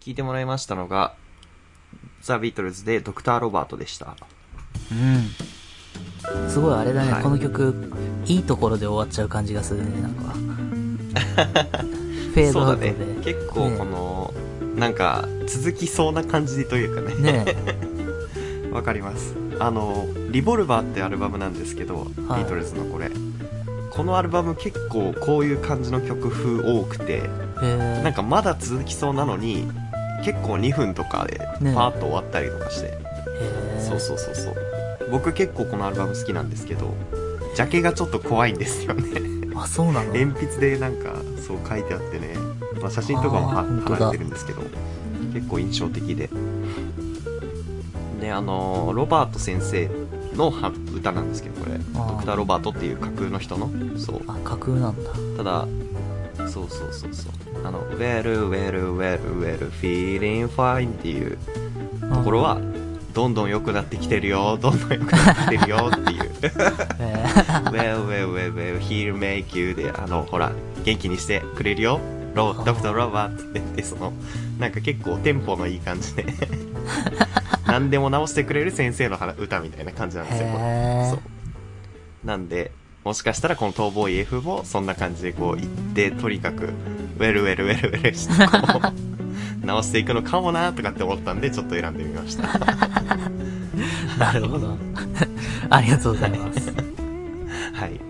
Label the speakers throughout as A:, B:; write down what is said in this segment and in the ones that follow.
A: 聞いてもらいましたのが、ザ・ビートルズでドクター・ロバートでした。
B: うん。すごいあれだね、
A: はい
B: この曲、いいところで終わっちゃう感じがするね、 なんか。フェー
A: そ
B: ド
A: う
B: ア
A: だ
B: ウトで
A: ね。。結構この、なんか、続きそうな感じというかね。
B: ねえ。
A: わかりますあの「リボルバー」ってアルバムなんですけど、
B: はい
A: ビートルズのこれこのアルバム結構こういう感じの曲風多くて
B: え
A: なんかまだ続きそうなのに結構2分とかで
B: ね
A: パーッと終わったりとかして、
B: えー
A: そうそうそうそう僕結構このアルバム好きなんですけどジャケがちょっと怖いんですよね
B: あ、そうなの
A: 鉛筆でなんかそう書いてあってね、まあ、写真とかも
B: あ
A: は
B: ー
A: 貼られてるんですけど結構印象的でであのロバート先生のは歌なんですけどこれドクター・ロバートっていう架空の人のそう
B: あ、架空なんだ。
A: ただそうそうそうそうあの「Well well well well feeling fine」っていうところはどんどん良くなってきてるよどんどん良くなってきてるよっていう
B: えー
A: 「Well well well well he'll make you」であのほら元気にしてくれるよロドクター・ロバートって言ってそのなんか結構テンポのいい感 じで何でも直してくれる先生の話歌みたいな感じなんですよこれ
B: へ
A: そ
B: ー
A: うなんでもしかしたらこの逃亡医 F もそんな感じでこう行ってとにかくウェルウェルウェルウェルしてこ う直していくのかもなとかって思ったんでちょっと選んでみました
B: なるほど。 ありがとうございます。
A: はい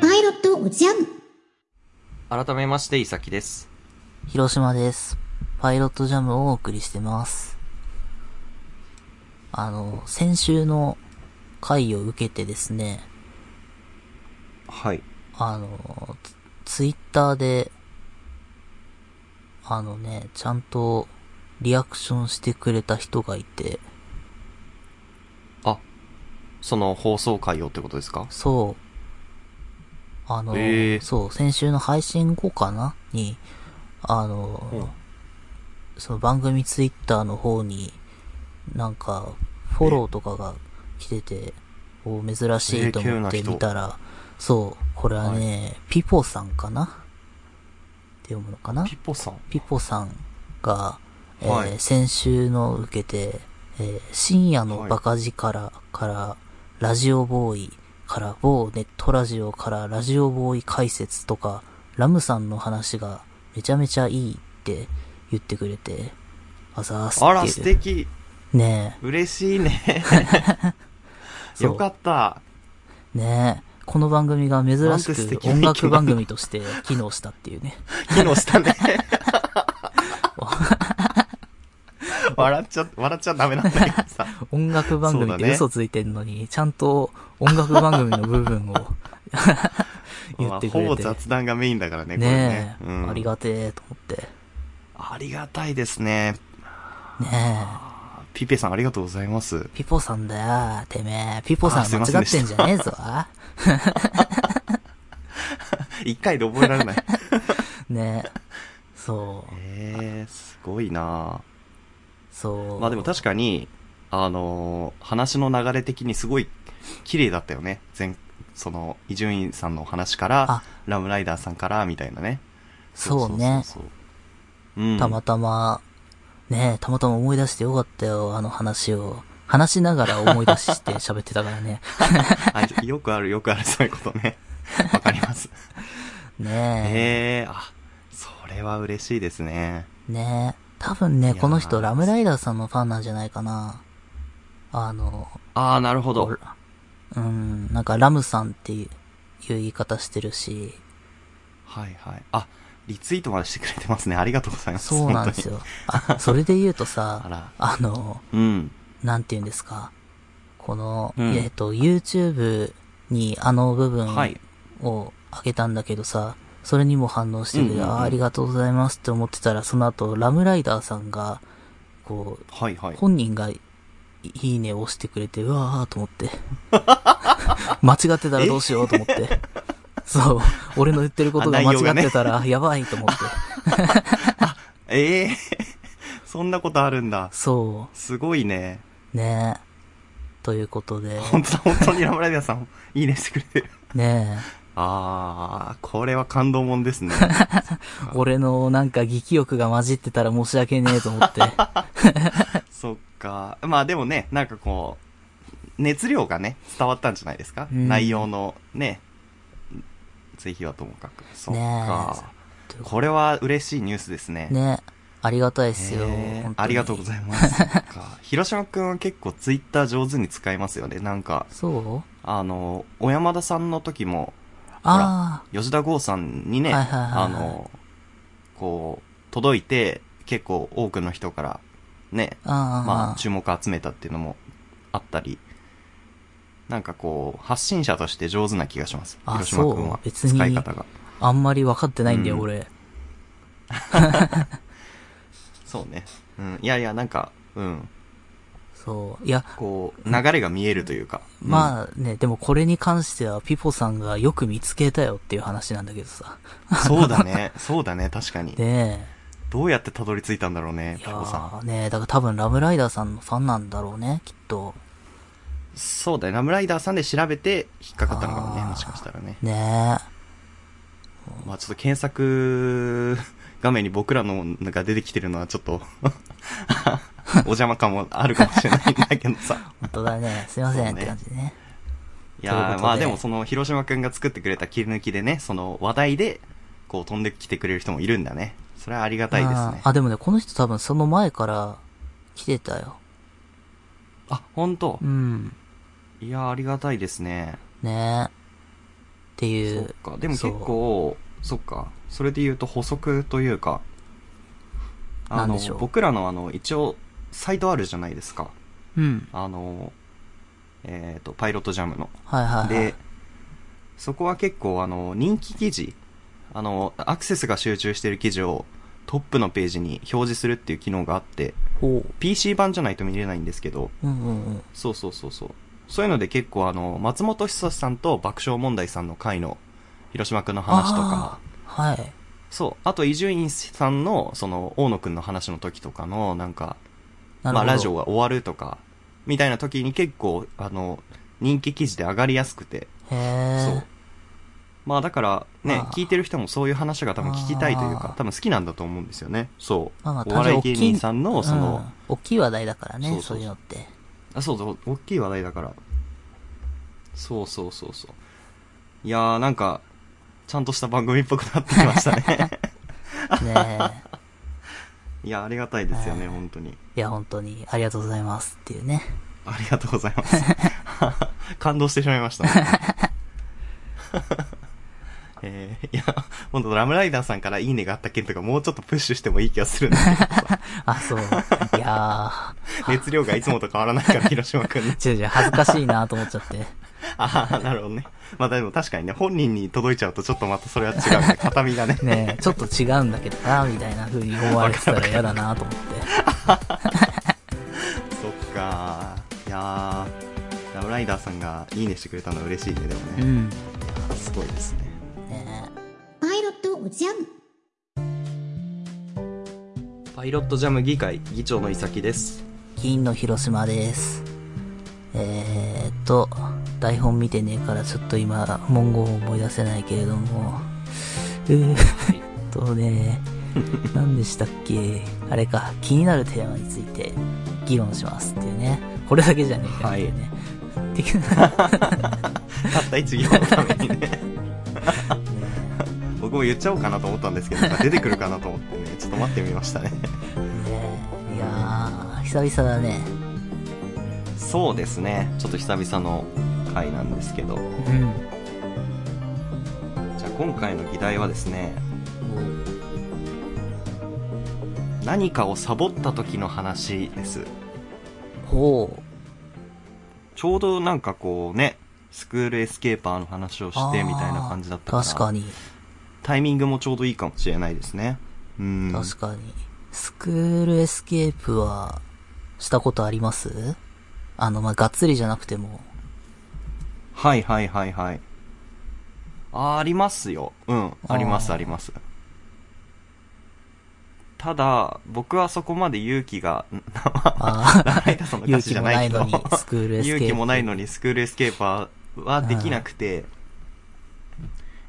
C: パイロットおじゃん
A: 改めましてイサキです
B: 広島です。パイロットジャムをお送りしてます。あの、先週の回を受けてですね、
A: はい
B: あの、ツツイッターで、あのね、ちゃんとリアクションしてくれた人がいて、
A: あその放送回をってことですか
B: そう。あの、
A: えー
B: そう、先週の配信後かなに、あの、その番組ツイッターの方に、なんか、フォローとかが来てて、お珍しいと
A: えー急
B: 思っ
A: な
B: て
A: 人
B: 見たら、そう、これはね、ピポさんかなって読むのかな
A: ピポさん
B: ピポさんが、えー
A: はい
B: 先週のを受けて、えー深夜のバカ力から、ラジオボーイから、某ネットラジオからラジオボーイ解説とか、ラムさんの話がめちゃめちゃいいって言ってくれて、あざーすっていう。
A: あら素敵
B: ね
A: 嬉しい ね
B: そう
A: よかった
B: え、ねえ、この番組が珍
A: なんて素
B: しく
A: 敵な
B: 音
A: 意見
B: 楽
A: な
B: 番
A: んだ
B: 組として機能したっていうね。
A: 機能したね笑っちゃ笑っちゃダメなんだけどさ
B: 音楽番組っ
A: そう
B: て
A: だね
B: 嘘ついてんのに、ちゃんと音楽番組の部分を 言ってく
A: まあほぼ
B: れて。
A: 雑談がメインだからね、これ
B: ね
A: ね
B: え、。
A: うん
B: ありがてえと思って。
A: ありがたいですね。
B: ね
A: ピペさんありがとうございます
B: え、。ピポさんだよ、てめえ。ピポさ
A: あすい
B: ん
A: ません
B: 間違
A: で
B: ってん
A: し
B: じ
A: た
B: ゃねえぞ。
A: 一回で覚えられ ない。
B: ねえ。そう、
A: えー、すごいな
B: そう。
A: まあでも確かに、あのー話の流れ的にすごい綺麗だったよね。前、その、伊集院さんのお話か
B: あ
A: ら、ラムライダーさんから、みたいなね。
B: そうね。
A: そうそうそううん。
B: たまたま、ねえ、たまたま思い出してよかったよ、あの話を。話しながら思い出して喋ってたからね。
A: あよくあるよくある、そういうこと ね。わかります。
B: ね
A: えー、あ、それは嬉しいですね。
B: え、ねえ。多分ね、
A: やー
B: この人、ラムライダーさんのファンなんじゃないかな。あの、
A: ああ、なるほど。
B: うん、なんかラムさんっていう言い方してるし、
A: はいはい。あ、リツイートまでしてくれてますね。ありがとうございます。
B: そうなん ですよ。あ、それで言うと
A: 本当に。あ
B: さ、
A: ら。
B: あの、
A: うん。
B: なんて言うんですか。この、
A: うん
B: えっと、YouTube にあの部分
A: はい。
B: を上げたんだけどさ、それにも反応してくれて、
A: うんうんうん
B: あーありがとうございますって思ってたら、その後、ラムライダーさんが、こう、
A: はいはい。
B: 本人がいいいねを押してくれて、うわーと 思って。間違ってたらどうしようと思って。そう。俺の言ってることが
A: あ内容
B: 間
A: がね
B: 違ってたら、やばいと 思って。
A: え えそんなことあるんだ。
B: そ
A: すごいね。
B: う。ねえ。ということで、
A: 本当だ、本当にラブライダーさん、いいねしてくれてる。
B: ね
A: あー、これは感動もんですね。
B: え、俺のなんか劇欲が混じってたら申し訳ねえと 思って。
A: そっか。まあでもね、なんかこう、熱量がね、伝わったんじゃないですか、
B: うん
A: 内容のね、ぜひはともかく。そっか。
B: というこ
A: これは嬉しいニュースですね。
B: とねえ、ありがたいです
A: え
B: よ。
A: ー
B: 本当に
A: ありがとうございます。 そっか広島くんは結構ツイッター上手に使いますよね。なんか、
B: そう
A: あの、小山田さんの時も、
B: あ
A: 吉田剛さんにね、
B: はいはいはいはい
A: あの、こう、届いて、結構多くの人から、ね、
B: あ、ああ、
A: まあ、注目を集めたっていうのもあったり、なんかこう、発信者として上手な気がします。
B: あ
A: 広島くんは
B: そう。別
A: 使
B: に
A: い方が。
B: あんまり分かってないんだよ、
A: うん
B: 俺。
A: そうね。うん。いやいや、なんか、うん。
B: そう。いや、
A: こう、流れが見えるというか。あ。
B: まあね、でもこれに関しては、ピポさんがよく見つけたよっていう話なんだけどさ。
A: そうだね。そうだね。確かに。
B: ねえ。
A: どうやってたどり着いたんだろうね、
B: い
A: ピ
B: や
A: コさん。
B: ーねだから多分ラブライダーさんのファンなんだろうね、きっと。
A: そうだね。ラムライダーさんで調べて引っかかったのかもね。
B: あー
A: もしかしたらね。
B: ね
A: まあちょっと検索 画面に僕らのが出てきてるのはちょっと、 お邪魔感もあるかもしれないんだけど さ。
B: 本当だ ね。すいませ、
A: そうんね
B: って感じでね。
A: い
B: という
A: や
B: こと
A: ー
B: で
A: まあでもその広島くんが作ってくれた切り抜きでね、その話題で、こう飛んできてくれる人もいるんだね。それはありがたいですね
B: あ。ーあ、でもね、この人多分その前から来てたよ。
A: あ、本当
B: うん。
A: いやーありがたいですね。
B: ねってい
A: そうっ。か。でも結
B: そう
A: 構、そっか。それで言うと補足というか、あ
B: なん
A: の
B: でしょ、う
A: 僕らのあの、一応、サイトあるじゃないですか。
B: うん。
A: あの、えっ、と、パイロットジャムの。
B: はいはいはい。
A: で、そこは結構あの、人気記事、あの、アクセスが集中している記事をトップのページに表示するっていう機能があって、
B: ほう。
A: PC 版じゃないと見れないんですけど、
B: うんうんうん。
A: そうそうそうそう。そういうので結構あの、松本久志さんと爆笑問題さんの回の広島くんの話とか、
B: はい。
A: そう、あと伊集院さんのその、大野くんの話の時とかの、なんか、
B: なるほど。
A: まあ、ラジオが終わるとか、みたいな時に結構、あの、人気記事で上がりやすくて、
B: へえ。
A: そう。まあ、だから、ね
B: あ、ー
A: 聞いてる人もそういう話が多分聞きたいという
B: あ
A: か
B: ー、
A: 多分好きなんだと思うんですよね。そう。
B: まあまあ、
A: お
B: 単純
A: 笑い
B: に大き
A: 芸
B: い
A: 人さんの、その、
B: うん大きい話題だからね、
A: そ
B: そうう
A: そうそう
B: いうのって。
A: あ、そうそう、大きい話題だから。そうそうそうそう。いやー、なんか、ちゃんとした番組っぽくなってきました ね。
B: ね え。
A: いや、ありがたいですよね、
B: うん
A: 本当に。
B: いや、本当にありがとうございますっていうね。
A: ありがとうございます。感動してしまいました、 ね。えー、いや、本当ラムライダーさんからいいねがあった件とかもうちょっとプッシュしてもいい気がするんだけどさ
B: あ、そう。いや
A: 熱量がいつもと変わらないから、広島くん ね。
B: ー、違う違う、恥ずかしいなと思っちゃって。
A: ああ、なるほどね。まあでも確かにね、本人に届いちゃうとちょっとまたそれは違うね。片身がね。
B: ねえ、ちょっと違うんだけどな、みたいな風に思われてたら嫌だなと思って。
A: そっかいやー、ラブライダーさんがいいねしてくれたのは嬉しいね、でも
B: う
A: ね。
B: ん。
A: すごいですね。
B: ね
C: パイロットおじゃん
A: パイロットジャム議会議長の伊崎です。
B: え、銀の広島です。えーっと、台本見てねえからちょっと今、文言を思い出せないけれども、えー っとね、何でしたっけあれか、気になるテーマについて議論しますっていうね。これだけじゃねえかっていうね。的な
A: たった一行のためにね。 僕も言っちゃおうかなと思ったん ですけど、なんか出てくるかなと思ってね、ちょっと待ってみましたね。
B: ねいやー、久々だね。
A: そうですね。ちょっと久々の回なんですけど。
B: うん。
A: じゃあ今回の議題はですね、
B: お
A: 何かをサボった時の話です。
B: ほ
A: ちょうどなんかこうね、スクールエスケーパーの話をして
B: あー
A: みたいな感じだっ
B: う。
A: たから。
B: 確かに、
A: タイミングもちょうどいいかもしれないですね。うん。
B: 確かに。スクールエスケープは、したことありますあの、まあ、がっつりじゃなくても。
A: はいはいはいはい。あー、ありますよ。うん。
B: ー
A: ありますあります。ただ、僕はそこまで勇気が、
B: あ
A: ラ イダーさんの歌
B: 勇
A: 詞じ
B: 気
A: ゃ
B: も
A: な
B: ないい
A: けど
B: のに、スクールエスケー プ。
A: 勇気もないのにスクールエスケーパーはできなくて、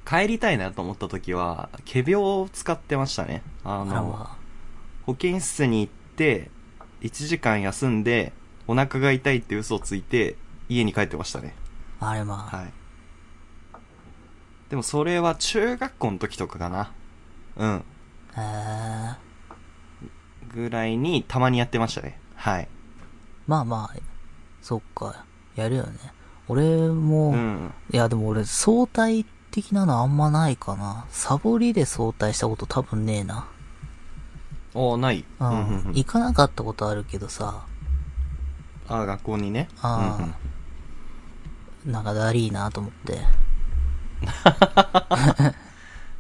A: 帰りたいなと思った時は、仮病を使ってましたね。あ
B: あら
A: の、
B: ま
A: 保健室に行って、1時間休んで、お腹が痛いって嘘をついて、家に帰ってましたね。
B: あ、あれまあ、
A: はい。でもそれは中学校の時とかかな。うん。
B: えー
A: ぐらいにたまにやってましたね。はい。
B: まあまあ、そっか、やるよね。俺も、
A: うん。
B: いやでも俺、相対的なのあんまないかな。サボりで相対したこと多分ねえな。
A: おーない。
B: う
A: うんうん
B: ん。
A: うん
B: 行かなかったことあるけどさ、
A: ああ、学校にね。
B: あー
A: うんうん
B: なんかだりーなと思って。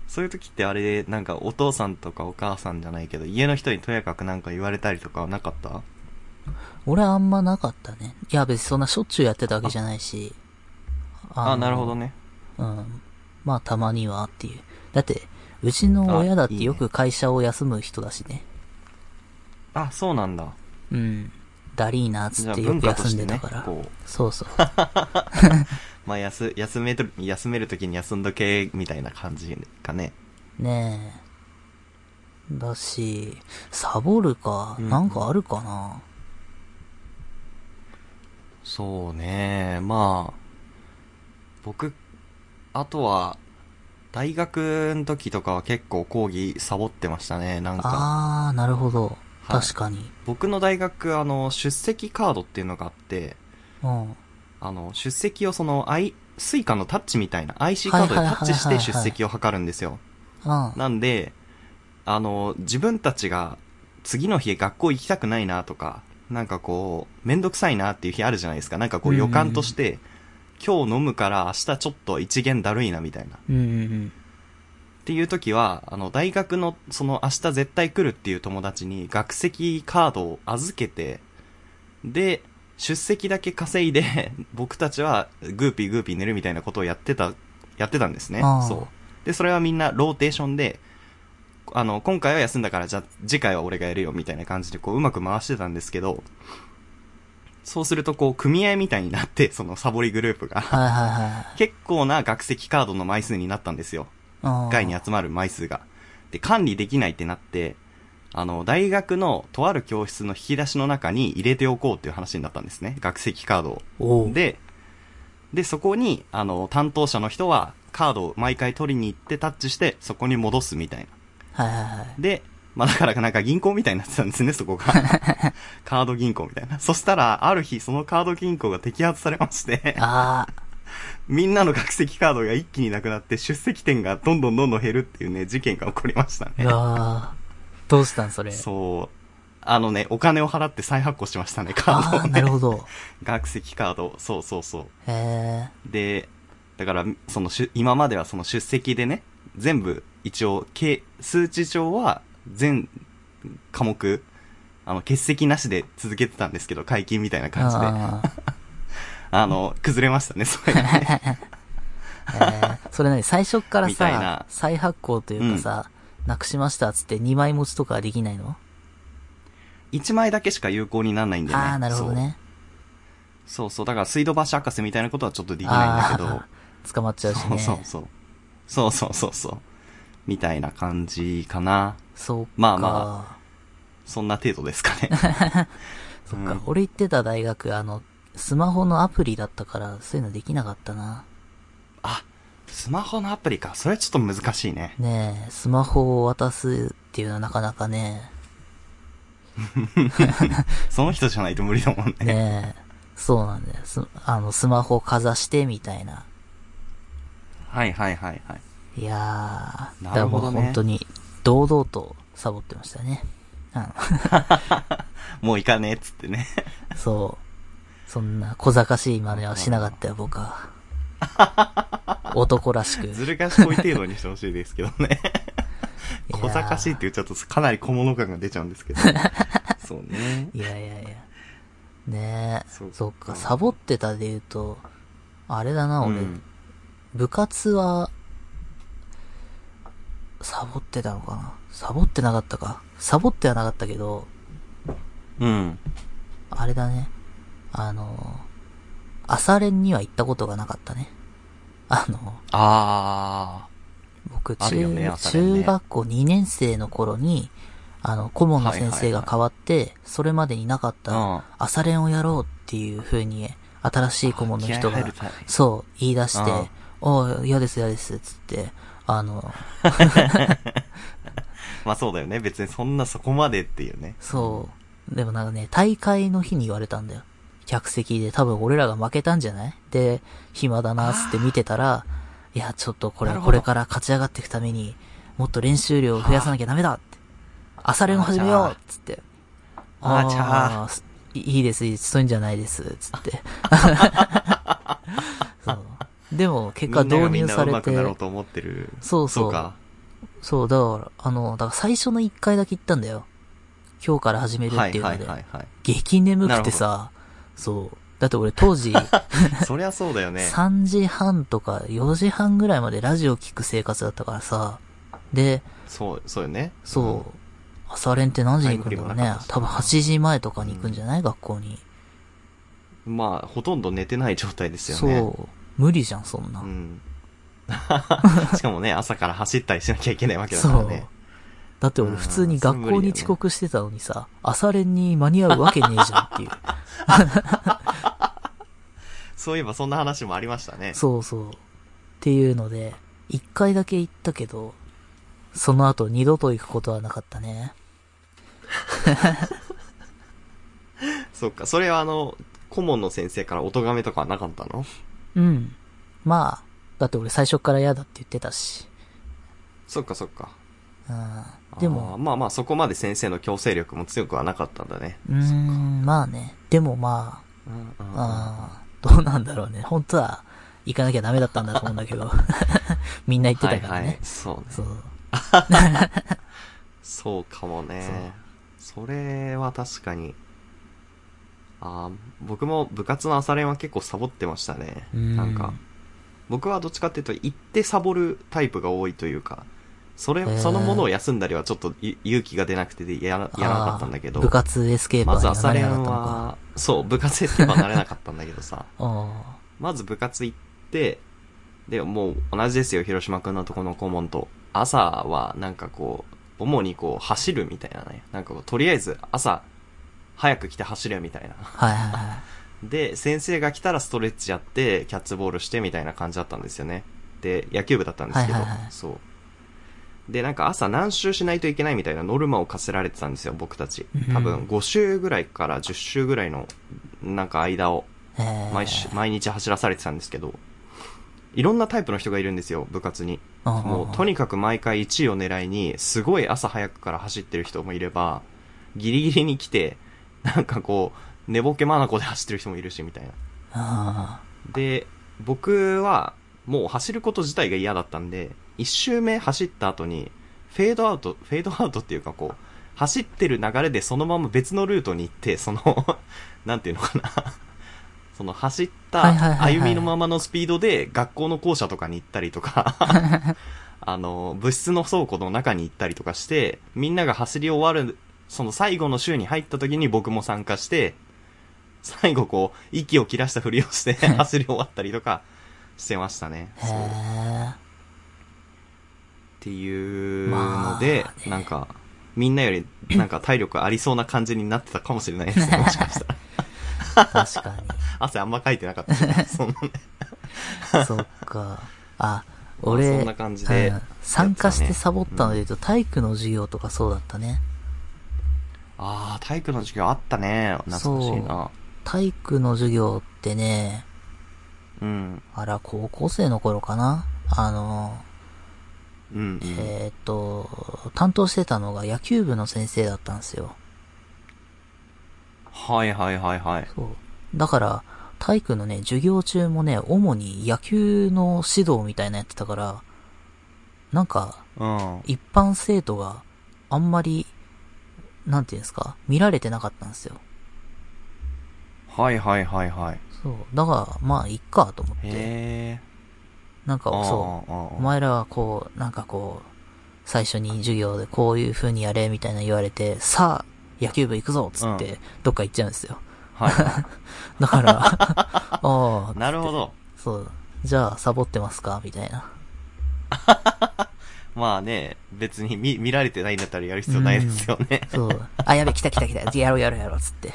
A: そういう時ってあれで、なんかお父さんとかお母さんじゃないけど、家の人にとやかくなんか言われたりとかはなかった
B: 俺あんまなかったね。いや別にそんなしょっちゅうやってたわけじゃないし。
A: あ
B: の
A: あ、なるほどね。
B: うん。まあたまにはっていう。だって、うちの親だって
A: あいいね
B: よく会社を休む人だしね。
A: あ、そうなんだ。
B: うん。だりーなっつ
A: じ
B: っ
A: ゃあ
B: てよ
A: 文
B: く
A: 化と
B: 休
A: し
B: ん
A: て
B: でた
A: ね
B: から。、
A: こう、
B: そうそう。
A: まあ、休、休める、休める時に休んどけ、みたいな感じかね。
B: ねえ。だし、サボるか、
A: うん
B: なんかあるかな。
A: そうね、まあ、僕、あとは、大学の時とかは結構講義サボってましたね、なんか。
B: あー、なるほど。
A: はい
B: 確かに。
A: 僕の大学、あの、出席カードっていうのがあって、
B: うん。
A: あの、出席をその、I、スイカのタッチみたいな IC カードでタッチし
B: はいはいはいはい
A: て
B: は
A: 出
B: い
A: 席を図るんですよ。
B: うん。
A: なんで、あの、自分たちが次の日学校行きたくないなとか、なんかこう、めんどくさいなっていう日あるじゃないですか。なんかこう予感として、今日飲むから明日ちょっと一元だるいなみたいな。っ
B: うんうん
A: ていう時は、あの、大学のその明日絶対来るっていう友達に学籍カードを預けて、で、出席だけ稼いで、僕たちはグーピーグーピー寝るみたいなことをやってた、やってたんですね
B: あ。ー
A: そう。で、それはみんなローテーションで、あの、今回は休んだから、じゃあ次回は俺がやるよみたいな感じでこううまく回してたんですけど、そうするとこう組合みたいになって、 そのサボりグループが、
B: はいは
A: 結構な学籍カードの枚数になったんですよ。
B: いはい。うん。
A: 1回に集まる枚数が。で、管理できないってなって、あの、大学のとある教室の引き出しの中に入れておこうっていう話になったんですね。学籍カード
B: お
A: を。
B: う
A: で、で、そこに、あの、担当者の人はカードを毎回取りに行ってタッチして、そこに戻すみたいな。
B: はいはいはい。
A: で、まあだからなんか銀行みたいになってたんですね、そ こが。カード銀行みたいな。そしたら、ある日そのカード銀行が摘発されまして、
B: あ
A: みんなの学籍カードが一気になくなって出席点がどんどんどんどん減るっていうね、事件が起こりました
B: ー、う
A: ね。
B: わー。どうしたんそれ。
A: そう。あのね、お金を払って再発行しましたね、カード
B: あ
A: を
B: ー、
A: ね
B: な。るほど。
A: 学籍カード。そうそうそ
B: へえ。
A: う。で、だから、その出、今まではその出席でね、全部、一応、け数値上は、全科目、あの、欠席なしで続けてたんですけど、解禁みたいな感じで。あ
B: あー
A: の、崩れましたね、それがね。
B: えーそれなに最初っから
A: みたいな
B: さ、再発行というかさ、なくしましたっつって2枚持ちとかはできないの
A: 1枚だけしか有効にならないんでね。
B: ああ、なるほど
A: そう
B: ね。
A: そうそう、だから水道橋博士みたいなことはちょっとできないんだけど
B: あ、ー捕まっちゃうし
A: そ
B: ね。
A: うそうそう。そうそうそうそう。みたいな感じかな。
B: そうか。
A: まあまそんな程度ですかね。
B: そっか、
A: うん
B: 俺行ってた大学、あの、スマホのアプリだったから、そういうのできなかったな。
A: あ、スマホのアプリか。それはちょっと難しいね。
B: ねえ、スマホを渡すっていうのはなかなかね、
A: その人じゃないと無理だもんね。
B: ねえ、 そうなんだよ。すあの、スマホかざして、みたいな。
A: はいはいはいはい。
B: いやー、
A: なるほどね
B: だからもう本当に、堂々とサボってましたね。う
A: もう行かねえっつってね。
B: ん、 そう。そんな小賢しい真似はしなかったよ、僕は。男らしく。
A: ずる賢い程度にしてほしいですけどね。小賢しいって言っちゃうとかなり小物感が出ちゃうんです けど。そうね。
B: いやいやいや。ねえ。
A: そ
B: そうっ
A: か
B: か、サボってたで言うと、あれだな、
A: う
B: 俺、
A: ん。
B: 部活は、サボってたのかなサボってなかったか。サボってはなかったけど、
A: うん。
B: あれだね。あの、朝練には行ったことがなかったね。あの、
A: あ
B: 僕、
A: ある
B: 中、
A: よね朝練ね
B: 中学校2年生の頃に、あの、顧問の先生が変わって、それまでになかっ
A: うん
B: た、朝練をやろうっていう風に、新しい顧問の人
A: あ気合
B: が
A: 入るタイプ、
B: そう、言い出して
A: うん、
B: おう嫌です嫌です、つって、あの、
A: ー。まあそうだよね。別にそんなそこまでっていうね。
B: そう。でもなんかね、大会の日に言われたんだよ。客席で多分俺らが負けたんじゃないで、暇だなっつって見てたら、いや、ちょっとこれ、
A: なるほど
B: これから勝ち上がっていくために、もっと練習量を増やさなきゃダメだって。朝練を始めようっつって。
A: あーちゃー
B: あーすいいいです、いいですそういうんじゃないです、つって。そうでも、結果導
A: みんな
B: 入
A: が
B: さ
A: みんな上
B: れ
A: 手
B: て
A: く、なろうと思ってる。
B: そうそう
A: そうか。
B: そう、だから、あの、だから最初の1回だけ行ったんだよ。今日から始める
A: は
B: っ
A: い
B: ていうの
A: は
B: で。
A: いはいはい。
B: 激眠くてさ、そう。だって俺 当時、
A: そりゃそうだよね。
B: 3時半とか4時半ぐらいまでラジオ聞く生活だったからさ、で、
A: そう、そうよね。
B: そう、朝練って何時に行くんだろう
A: タイムフリーもな
B: ね
A: かったし。
B: 多分8時前とかに行くんじゃない、学校に。
A: まあ、ほとんど寝てない状態ですよね。
B: そう。無理じゃん、そんな。
A: うん。 しかもね、朝から走ったりしなきゃいけないわけだか
B: そ
A: ら
B: う
A: ね。。
B: だって俺普通に学校に遅刻してたのにさ、朝練に間に合うわけねえじゃん っていう。
A: そういえばそんな話もありましたね。
B: そうそう。っていうので、一回だけ行ったけど、その後二度と行くことはなかったね。
A: そうか。それはあの、顧問の先生からお咎めとかはなかったの
B: うん。まあ、だって俺最初から嫌だって言ってたし。
A: そっかそっか。
B: うん。で
A: あー
B: も、
A: まあまあそこまで先生の強制力も強くはなかったんだね。
B: うーん、まあね。でもま
A: うん
B: あ、あーどうなんだろうね。本当は、行かなきゃダメだったんだと思うんだけ ど。みんな言って
A: は
B: た
A: い
B: からね。
A: はい。そうね。
B: そう。
A: そうかもね。それは確かに。あー僕も部活の朝練は結構サボってましたね。
B: うーん
A: なんか、僕はどっちかっていうと、行ってサボるタイプが多いというか、それ
B: へ、ー
A: そのものを休んだりはちょっとい勇気が出なくてでやらやらなかったんだけ
B: あ
A: ど
B: ー部、活エスケーパ
A: まず
B: ーには
A: 朝
B: なれ
A: 練
B: なかったのか。
A: は、そう、部活やってはなれなかったんだけどさ、
B: あ
A: まず部活行って、で、もう同じですよ、広島くんのとこの顧問と。朝はなんかこう、主にこう走るみたいなね。なんかこう、とりあえず朝、早く来て走れみたいな。
B: あ。はいはいはい。
A: で、先生が来たらストレッチやって、キャッチボールしてみたいな感じだったんですよね。で、野球部だったんですけど、
B: はいはいはい
A: そう。で、なんか朝何周しないといけないみたいなノルマを課せられてたんですよ、僕たち。多分5周ぐらいから10周ぐらいの、なんか間を
B: えー、
A: 毎週、毎日走らされてたんですけど、いろんなタイプの人がいるんですよ、部活に。
B: うんうんうん
A: もうとにかく毎回1位を狙いに、すごい朝早くから走ってる人もいれば、ギリギリに来て、なんかこう、寝ぼけ眼で走ってる人もいるし、みたいな。
B: あ
A: で、僕は、もう走ること自体が嫌だったんで、1周目走った後に、フェードアウト、フェードアウトっていうかこう、走ってる流れでそのまま別のルートに行って、その、 なんていうのかな。その走っ
B: はいはいはい
A: た
B: はい
A: 歩みのままのスピードで学校の校舎とかに行ったりとか、 あの、部室の倉庫の中に行ったりとかして、みんなが走り終わる、その最後の週に入った時に僕も参加して、最後こう、息を切らしたふりをして走り終わったりとかしてましたね。
B: ー。へ
A: そうっ
B: え。
A: ていうので、
B: まあね
A: なんか、みんなよりなんか体力ありそうな感じになってたかもしれないです ね、もしかしたら。
B: 確かに。
A: 汗あんまかいてなかったしね。 そんなね。
B: そっか。あ、俺、
A: そんな感じで
B: うん参加してサボったので言うと、体育の授業とかそうだったね。
A: ああ、体育の授業あったね。懐かしいな。
B: 体育の授業ってね、
A: うん。
B: あら、高校生の頃かなあの、
A: うん、うん。
B: えーっと、担当してたのが野球部の先生だったんですよ。
A: はいはいはいはい。
B: そう。だから、体育のね、授業中もね、主に野球の指導みたいなやってたから、なんか、
A: うん。
B: 一般生徒があんまり、なんていうんですか、見られてなかったんですよ。
A: はいはいはいはい。
B: そう。だから、まあ、いっかと思って。
A: へえ。
B: なんか、
A: あー
B: そう。
A: あーあー
B: お前らはこう、なんかこう、最初に授業でこういう風にやれみたいな言われて、さあ、野球部行くぞっつっ
A: う
B: て、どっか行っちゃうんですよ。
A: は
B: だから、 ああ
A: い。、なるほど。
B: そう、じゃあサボってますかみたいな。
A: まあね、別に見、見られてないんだったらやる必要ないですよね。
B: そう、あ、やべ、来た来た来た、やろうやろうやろうっつって。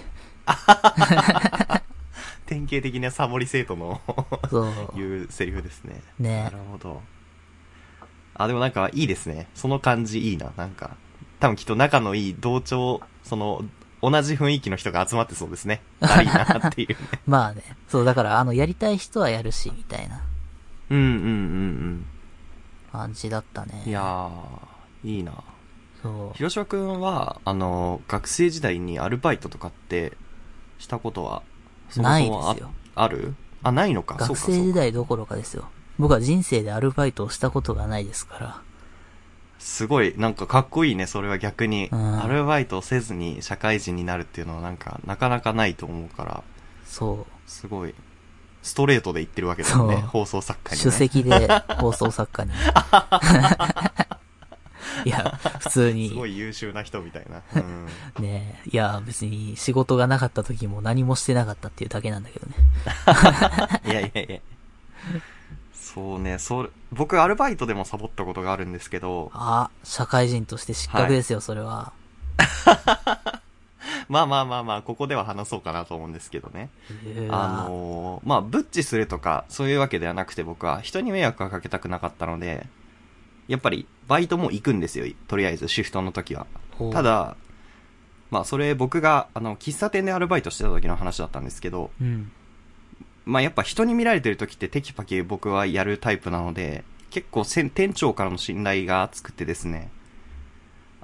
A: 典型的なサボり生徒 の
B: そう。
A: いうセリフですね。
B: ね
A: なるほど。あ、でもなんかいいですね。その感じいいな。なんか、多分きっと仲のいい同調、その、同じ雰囲気の人が集まってそうです ね。悪いなっていうね。
B: まあね。そう、だから、あの、やりたい人はやるし、みたいな
A: うんうんうん
B: 感じだったね。
A: うん。いやー、いいな。
B: そう。
A: 広島くんは、あの、学生時代にアルバイトとかって、したことは、そも
B: ない
A: そ
B: で
A: もあ
B: すよ。
A: あるあ、ないのか。
B: 学
A: そうか
B: 生
A: そう
B: 時
A: か。
B: 代どころかですよ。僕は人生でアルバイトをしたことがないですから。
A: すごい、なんかかっこいいね、それは逆に。
B: うん
A: アルバイトをせずに社会人になるっていうのはなんか、なかなかないと思うから、
B: そ
A: すごい、ストレートで言ってるわけだよね、
B: そう
A: 放送作
B: う。
A: 家に、
B: 首
A: ね。
B: 席で放送作家に。いや、普通
A: すご
B: に。
A: い優秀な人みたい な。うん、
B: ねいや、別に仕事がなかった時も何もしてなかったっていうだけなんだけどね。
A: いやいやいや。そうね、それ、僕アルバイトでもサボったことがあるんですけど、
B: あ、社会人として失格ですよ、それは。
A: まあまあまあまあ、ここでは話そうかなと思うんですけどね。
B: うわ
A: あのーまあ、ブッチするとか、そういうわけではなくて僕は、人に迷惑はかけたくなかったので、やっぱり、バイトも行くんですよ、とりあえず、シフトの時は。
B: ほう
A: ただ、まあ、それ僕が、あの、喫茶店でアルバイトしてた時の話だったんですけど、
B: うん。
A: まあやっぱ人に見られてる時ってテキパキ僕はやるタイプなので、結構せん店長からの信頼が厚くてですね、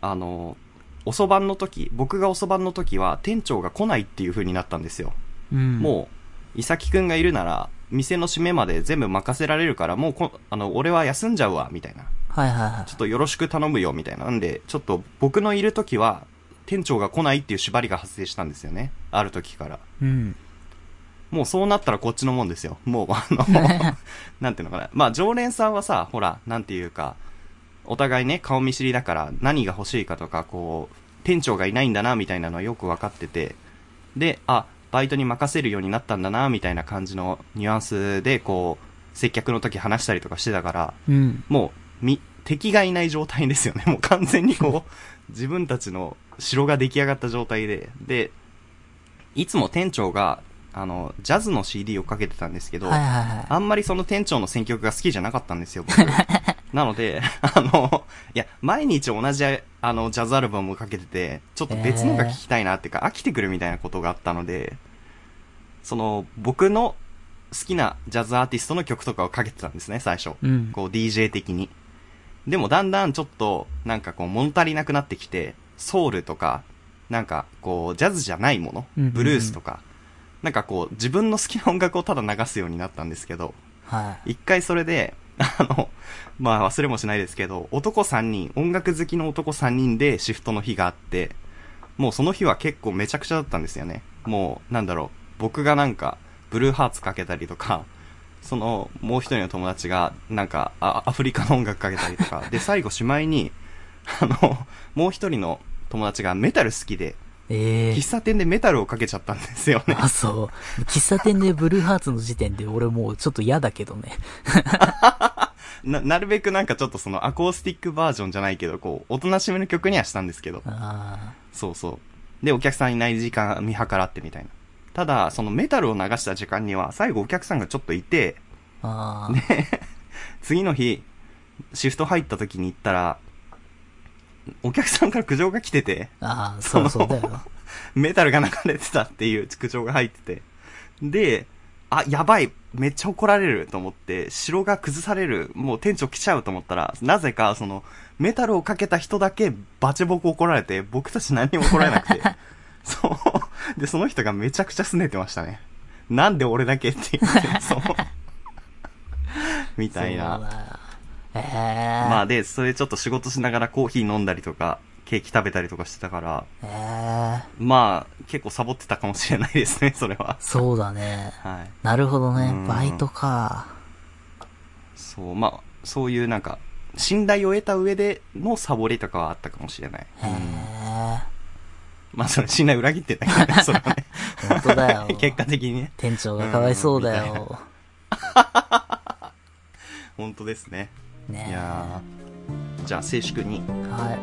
A: あの、遅番の時、僕が遅番の時は店長が来ないっていう風になったんですよ。
B: うん。
A: もう、イサキくんがいるなら、店の閉めまで全部任せられるから、もうこ、あの、俺は休んじゃうわ、みたいな。
B: はいはいはい
A: ちょ。っとよろしく頼むよ、みたいな。なんで、ちょっと僕のいる時は、店長が来ないっていう縛りが発生したんですよね。ある時から。
B: うん。
A: もうそうなったらこっちのもんですよ。もう、あの、 なんていうのかな。まあ、常連さんはさ、ほら、なんていうか、お互いね、顔見知りだから、何が欲しいかとか、こう、店長がいないんだな、みたいなのはよく分かってて、で、あ、バイトに任せるようになったんだな、みたいな感じのニュアンスで、こう、接客の時話したりとかしてたから、
B: うん。
A: もう、み、敵がいない状態ですよね。も う完全にこう、自分たちの城が出来上がった状態で。で、いつも店長が、あの、ジャズの CD をかけてたんですけど、
B: はいはいは
A: あんまりその店長の選曲が好きじゃなかったんですよ、 僕。なので、 あの、いや、毎日同じ、あの、ジャズアルバムをかけてて、ちょっと別のが聞きたいなっていうか、飽きてくるみたいなことがあったので、その、僕の好きなジャズアーティストの曲とかをかけてたんですね、最初。
B: い。うん。
A: こう DJ 的に。でもだんだんちょっと、なんかこう物足りなくなってきて、ソウルとか、なんかこうジャズじゃないもの、
B: うんうんうん
A: ブルースとか、なんかこう自分の好きな音楽をただ流すようになったんですけど、
B: はい。
A: 一回それで、 あの、まあ忘れもしないですけど、男3人、音楽好きの男3人でシフトの日があって、もうその日は結構めちゃくちゃだったんですよね。もう、なんだろう、僕がなんか、ブルーハーツかけたりとか、その、もう一人の友達が、なんか、あアフリカの音楽かけたりとか、で、最後しまいに、あの、もう一人の友達がメタル好きで、
B: ええ
A: 喫茶店でメタルをかけちゃったんですよね。
B: あ、そう。喫茶店でブルーハーツの時点で俺もうちょっと嫌だけどね。
A: な、なるべくなんかちょっとそのアコースティックバージョンじゃないけど、こう、おとなしめの曲にはしたんですけど。
B: あ
A: そうそう。で、お客さんいない時間見計らってみたいな。ただ、そのメタルを流した時間には、最後お客さんがちょっといて、
B: あ。ああ。
A: 次の日、シフト入った時に行ったら、お客さんから苦情が来てて、
B: ああ、そうそうだよ。
A: メタルが流れてたっていう苦情が入ってて。で、あ、やばい、めっちゃ怒られると思って、城が崩される、もう店長来ちゃうと思ったら、なぜか、その、メタルをかけた人だけバチボコ怒られて、僕たち何にも怒られなく て。そう。で、その人がめちゃくちゃ拗ねてましたね。なんで俺だけって言って、そう。みたいな。
B: そうだよ。ええ
A: まあで、それちょっと仕事しながらコーヒー飲んだりとか、ケーキ食べたりとかしてたから、
B: ええ
A: まあ、結構サボってたかもしれないです ね、それは。
B: そうだね。
A: はい。
B: なるほど
A: う
B: ね
A: ん。
B: バイトか。
A: そう、まあ、そういうなんか、
D: 信頼を得た上でのサボりとかはあったかもしれない。
B: へえ。
D: まあ、それ信頼裏切ってたけど ね、それはね。。
B: 本当 だよ
D: 結果的にね。
B: 店長がかわいそうだ
D: うんみ
B: よ。
D: 本当ですね。い
B: ね
D: やーじゃあ静粛に。
B: え。はい。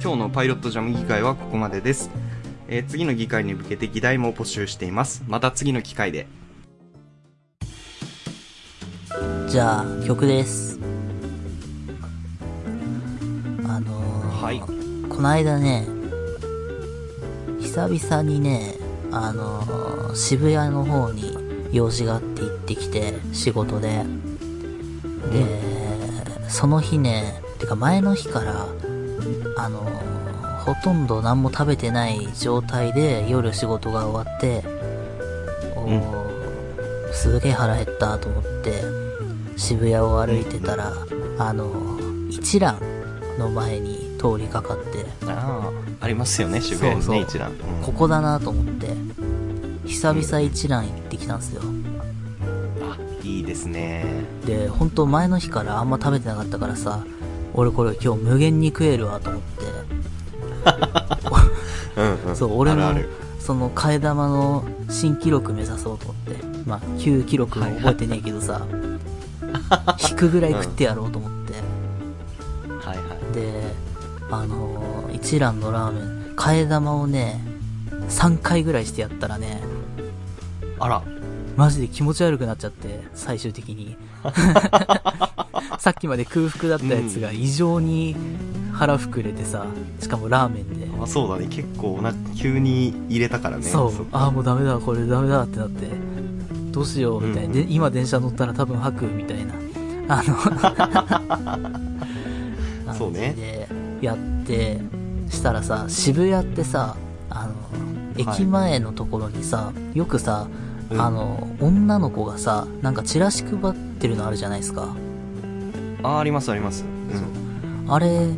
D: 今日のパイロットジャム議会はここまでです。えー次の議会に向けて議題も募集しています。また次の機会で。
B: じゃあ、曲です。あのー、
D: はい
B: この間ね、久々にね、あのー渋谷の方に用事があって行ってきて、仕事で。で、その日ね、てか前の日から、あのーほとんど何も食べてない状態で夜仕事が終わって、おーすげえ腹減ったと思って、渋谷を歩いてたら、あのー一蘭の前に通りかかって、
D: ああ、ありますよね、渋谷に
B: そう
D: ね、
B: そう
D: 一覧。うん
B: ここだなと思って、久々一蘭行ってきたんですよ。
D: あいいですね。
B: で、本当前の日からあんま食べてなかったからさ、俺これ今日無限に食えるわと思って、
A: うんうん。
B: そう、俺
A: あ
B: の
A: るある。、
B: その替え玉の新記録目指そうと思って、まあ、旧記録も覚えてねえけ どさ、引くぐらい食ってやろうと思って、
D: はいはい。
B: で、あのー一蘭のラーメン、替え玉をね、3回ぐらいしてやったらね、
D: あら、
B: マジで気持ち悪くなっちゃって、最終的に。 さっきまで空腹だったやつが異常に腹膨れてさ、しかもラーメンで。
A: まあそうだね。結構な、急に入れたからね。
B: そう
A: そ
B: ああもうダメだこれダメだってなってどうしようみたいな、
A: うん
B: で今電車乗ったら多分吐くみたいなあ の
A: そうね
B: 感じでやってしたらさ渋谷ってさあの
A: はい
B: 駅前のところにさ、よくさ、
A: うん
B: あの女の子がさなんかチラシ配ってるのあるじゃないですか
D: あありますあります。
A: うん。
B: あれ、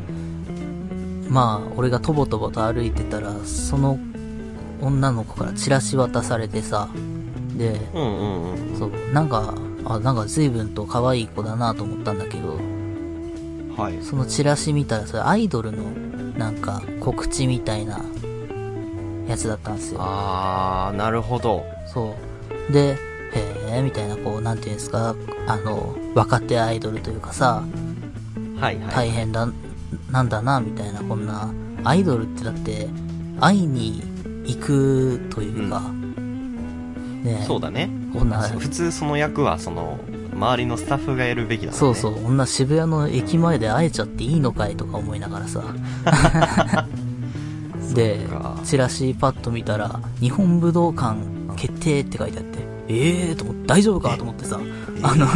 B: まあ、俺がとぼとぼと歩いてたら、その女の子からチラシ渡されてさ、で、
A: うんうんうん。
B: そう、なんか、あ、なんか随分と可愛い子だなと思ったんだけど、
D: はい。
B: そのチラシ見たら、それアイドルの、なんか、告知みたいな、やつだったんですよ。
D: ああ、なるほど。
B: そう。で、へえ、みたいな、こう、なんていうんですか、あの、若手アイドルというかさ、
D: はいはい。
B: 大変だ、なんだな、みたいな、こんな、アイドルってだって、会いに行くというか、ねえ
D: そうだね。
B: こんな、
D: そう普通その役は、その、周りのスタッフがやるべきだもんね。
B: そうそう、こんな渋谷の駅前で会えちゃっていいのかいとか思いながらさ。 で
D: そっか、
B: チラシパッと見たら、日本武道館決定って書いてあって、ええーと思って、大丈夫かと思ってさ、あの、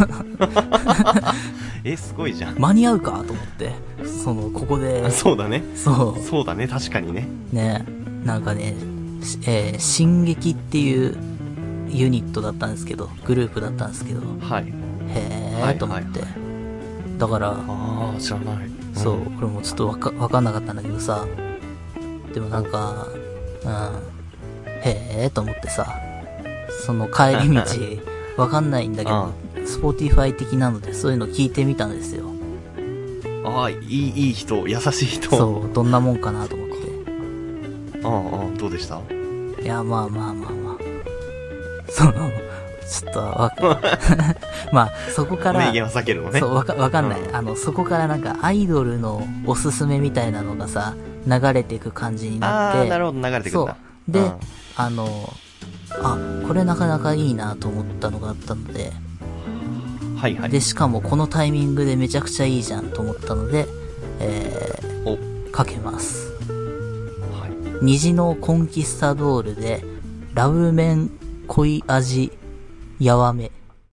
D: え、すごいじゃん。
B: 間に合うかと思って、その、ここ で、
A: そうだね。
B: そう、
A: そうだね。確かにね。
B: ね、なんかね、しえー進撃っていうユニットだったんですけど、グループだったんですけど、へ
D: はい。
B: え
D: は
B: ー
D: い
B: と思って。
D: は
B: だから、
D: ああ、知らない。
B: そう、
D: ん。
B: 俺もちょっとわか、わかんなかったんだけどさ、でもなんか、うん、へえーと思ってさ、その 帰り道、わかんないんだけど、スポーティファイ的なのでそういうの聞いてみたんですよ。
A: ああ、いい、いい人、優しい人。
B: そう、どんなもんかなと思って。
A: うんうん。どうでした
B: いや、まあまあまあまあ。その、ちょっとわ か、まあ、そこか
A: 名
B: ら、
A: 言は避けるのね。
B: そう、わか、わかんない、
A: う
B: あの、そこからなんか、アイドルのおすすめみたいなのがさ、流れていく感じになっ
A: あ
B: て。
A: あ、なるほど。流れてく
B: そ
A: ん
B: う
A: だ。。
B: で、
A: うん
B: あの、あ、これなかなかいいなと思ったのがあったので、
D: はいはい。
B: で、しかもこのタイミングでめちゃくちゃいいじゃんと思ったので、え
D: お、
B: ー、かけます。
D: はい。
B: 虹のコンキスタドールで、ラブメン恋味やわめ。